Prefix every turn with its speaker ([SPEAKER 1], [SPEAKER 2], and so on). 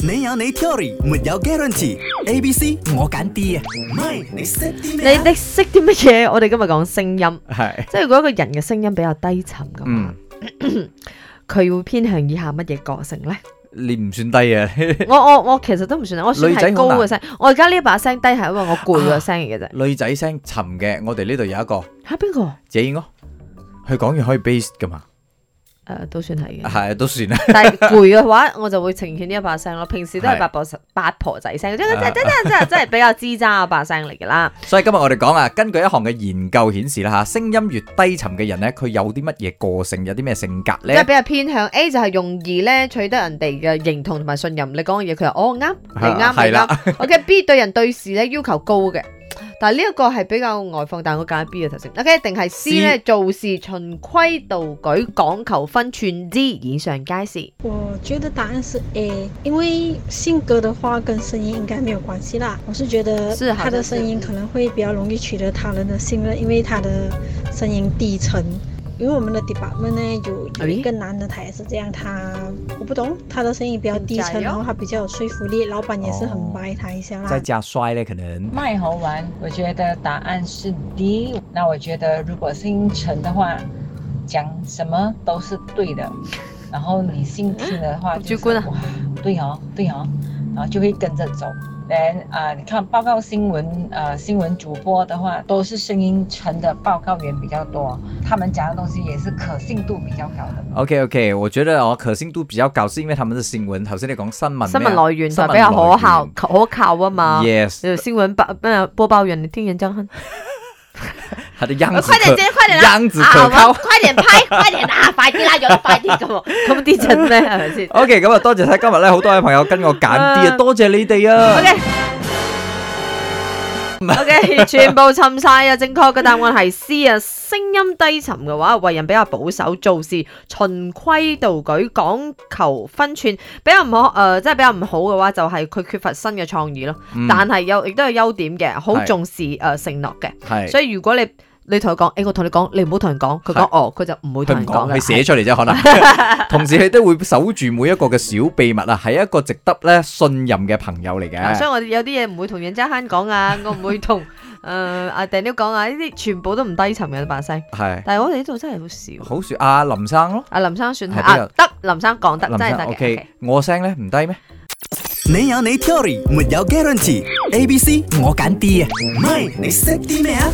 [SPEAKER 1] 你有你 theory，沒有 guarantee。A、B、C 我揀 D 啊，唔係你識啲
[SPEAKER 2] 你
[SPEAKER 1] 咩啊？
[SPEAKER 2] 你識啲乜嘢？我哋今日講聲音，
[SPEAKER 3] 係，
[SPEAKER 2] 即係如果一個人嘅聲音比較低沉嘅話
[SPEAKER 3] 嗯，，
[SPEAKER 2] 佢、會偏向以下乜嘢個 性呢？
[SPEAKER 3] 你唔算低嘅，
[SPEAKER 2] 我我我其實都唔算，啊我算
[SPEAKER 3] 女仔
[SPEAKER 2] 係
[SPEAKER 3] 好
[SPEAKER 2] 高嘅
[SPEAKER 3] 難嗯
[SPEAKER 2] 聲。我而家呢把聲低係因為我攰咗聲嚟嘅啫。
[SPEAKER 3] 女仔聲沉嘅，我哋呢度有一個
[SPEAKER 2] 嚇邊 個？誒、
[SPEAKER 3] 謝燕咯，佢講嘢可以 base 噶嘛，
[SPEAKER 2] 都算係嘅。
[SPEAKER 3] 係都算啦，
[SPEAKER 2] 但係攰嘅話，我就會呈現呢一把聲咯。平時都係
[SPEAKER 3] 係
[SPEAKER 2] 八婆八婆仔聲，即係
[SPEAKER 3] 啊
[SPEAKER 2] 真真真真真係比較吱喳嘅把聲嚟㗎啦。
[SPEAKER 3] 所以今日我哋講啊，根據一項嘅研究顯示啦吓，聲音越低沉嘅人咧，佢有啲乜嘢個性，有啲咩性格
[SPEAKER 2] 即係
[SPEAKER 3] 咧？
[SPEAKER 2] 比較偏向 A 就係容易咧取得人哋嘅認同同埋信任。你講嘅嘢佢話哦啱，你
[SPEAKER 3] 啊
[SPEAKER 2] 啱
[SPEAKER 3] 係
[SPEAKER 2] 你
[SPEAKER 3] 啦
[SPEAKER 2] 啱。OK B 對人對事咧要求高嘅，但係呢一個係比較外放，但係我揀 B 嘅頭先。OK 定係 C 咧做事循規蹈矩，講求分寸之以上皆是。
[SPEAKER 4] 我觉得答案是 A，因为性格的话跟声音应该没有关系啦。我是觉得
[SPEAKER 2] 是好
[SPEAKER 4] 他
[SPEAKER 2] 像
[SPEAKER 4] 的
[SPEAKER 2] 是
[SPEAKER 4] 声音可能会比较容易取得他人的信任，因为他的声音低沉。因为我们的 department 呢有有一
[SPEAKER 2] 哎
[SPEAKER 4] 个男的，他也是这样，他我不懂，他的声音比较低
[SPEAKER 2] 加油
[SPEAKER 4] 沉，然后他比较有说服力，老板也是很
[SPEAKER 3] 哦
[SPEAKER 4] 掰他一下啦。
[SPEAKER 3] 再加衰咧，可能
[SPEAKER 5] 麦猴丸，我觉得答案是 D。那我觉得如果姓陈的话，讲什么都是对的。然后你姓听的话、就是，
[SPEAKER 2] 主观啊
[SPEAKER 5] 哇，对哦，对哦，然后就会跟着走。连啊、呃你看报告新闻，呃，新闻主播的话，都是声音沉的报告员比较多，他们讲的东西也是可信度比较高的。
[SPEAKER 3] OK OK，我覺得我可信度比較高，是因為他們的新聞。頭先你講新聞咩啊，
[SPEAKER 2] 新聞來源就
[SPEAKER 3] 新聞
[SPEAKER 2] 比較可靠
[SPEAKER 3] 來
[SPEAKER 2] 可靠啊嘛。
[SPEAKER 3] 源
[SPEAKER 2] 就
[SPEAKER 3] Yes，
[SPEAKER 2] 新聞報咩播報員，你聽人張 亨，
[SPEAKER 3] 他的樣子
[SPEAKER 2] 快點
[SPEAKER 3] 可
[SPEAKER 2] 接，快點啦！
[SPEAKER 3] 樣子
[SPEAKER 2] 啊，
[SPEAKER 3] 可
[SPEAKER 2] 好嘛
[SPEAKER 3] 靠。
[SPEAKER 2] 快點拍，快點啊，快啲啦， 有得快啲咁喎，咁啲真咩係咪先？
[SPEAKER 3] OK，咁啊，多謝晒今日咧，好多位朋友跟我揀啲啊，多謝你 哋啊。
[SPEAKER 2] O K，全部沉晒啊！正確嘅答案係 C 啊，聲音低沉嘅話，為人比較保守，做事循規蹈矩，講求分寸，比較唔好誒、呃即係比較唔好嘅話，就係、佢缺乏新嘅創意咯。
[SPEAKER 3] 嗯
[SPEAKER 2] 但係有亦都有優點嘅，好
[SPEAKER 3] 係
[SPEAKER 2] 重視誒、呃承諾嘅。
[SPEAKER 3] 係
[SPEAKER 2] 所以如果你你同佢講，誒、我同你講，你唔好同人講，佢講
[SPEAKER 3] 係
[SPEAKER 2] 哦，佢就唔會同
[SPEAKER 3] 佢唔
[SPEAKER 2] 人講
[SPEAKER 3] 講，佢
[SPEAKER 2] 嘅。
[SPEAKER 3] 寫出嚟 啫，可能。同時佢都會守住每一個嘅小秘密啊，係一個值得咧信任嘅朋友嚟
[SPEAKER 2] 啊所
[SPEAKER 3] 嘅。
[SPEAKER 2] 以我哋有啲嘢唔會同人渣慳講啊，我唔會同誒阿 Daniel 講啊，呢啲全部都唔低沉嘅把聲，
[SPEAKER 3] 係
[SPEAKER 2] 但係我哋呢度真係好少。
[SPEAKER 3] 好説阿林生咯，
[SPEAKER 2] 阿林生算係
[SPEAKER 3] 哦係都有
[SPEAKER 2] 啊，得林生講得
[SPEAKER 3] 林
[SPEAKER 2] 真係
[SPEAKER 3] 生
[SPEAKER 2] 得嘅。OK
[SPEAKER 3] OK，我聲咧唔低咩？
[SPEAKER 1] 你有你 theory，沒有 guarantee。A、B、C 我揀 D 啊，唔係你識啲咩啊？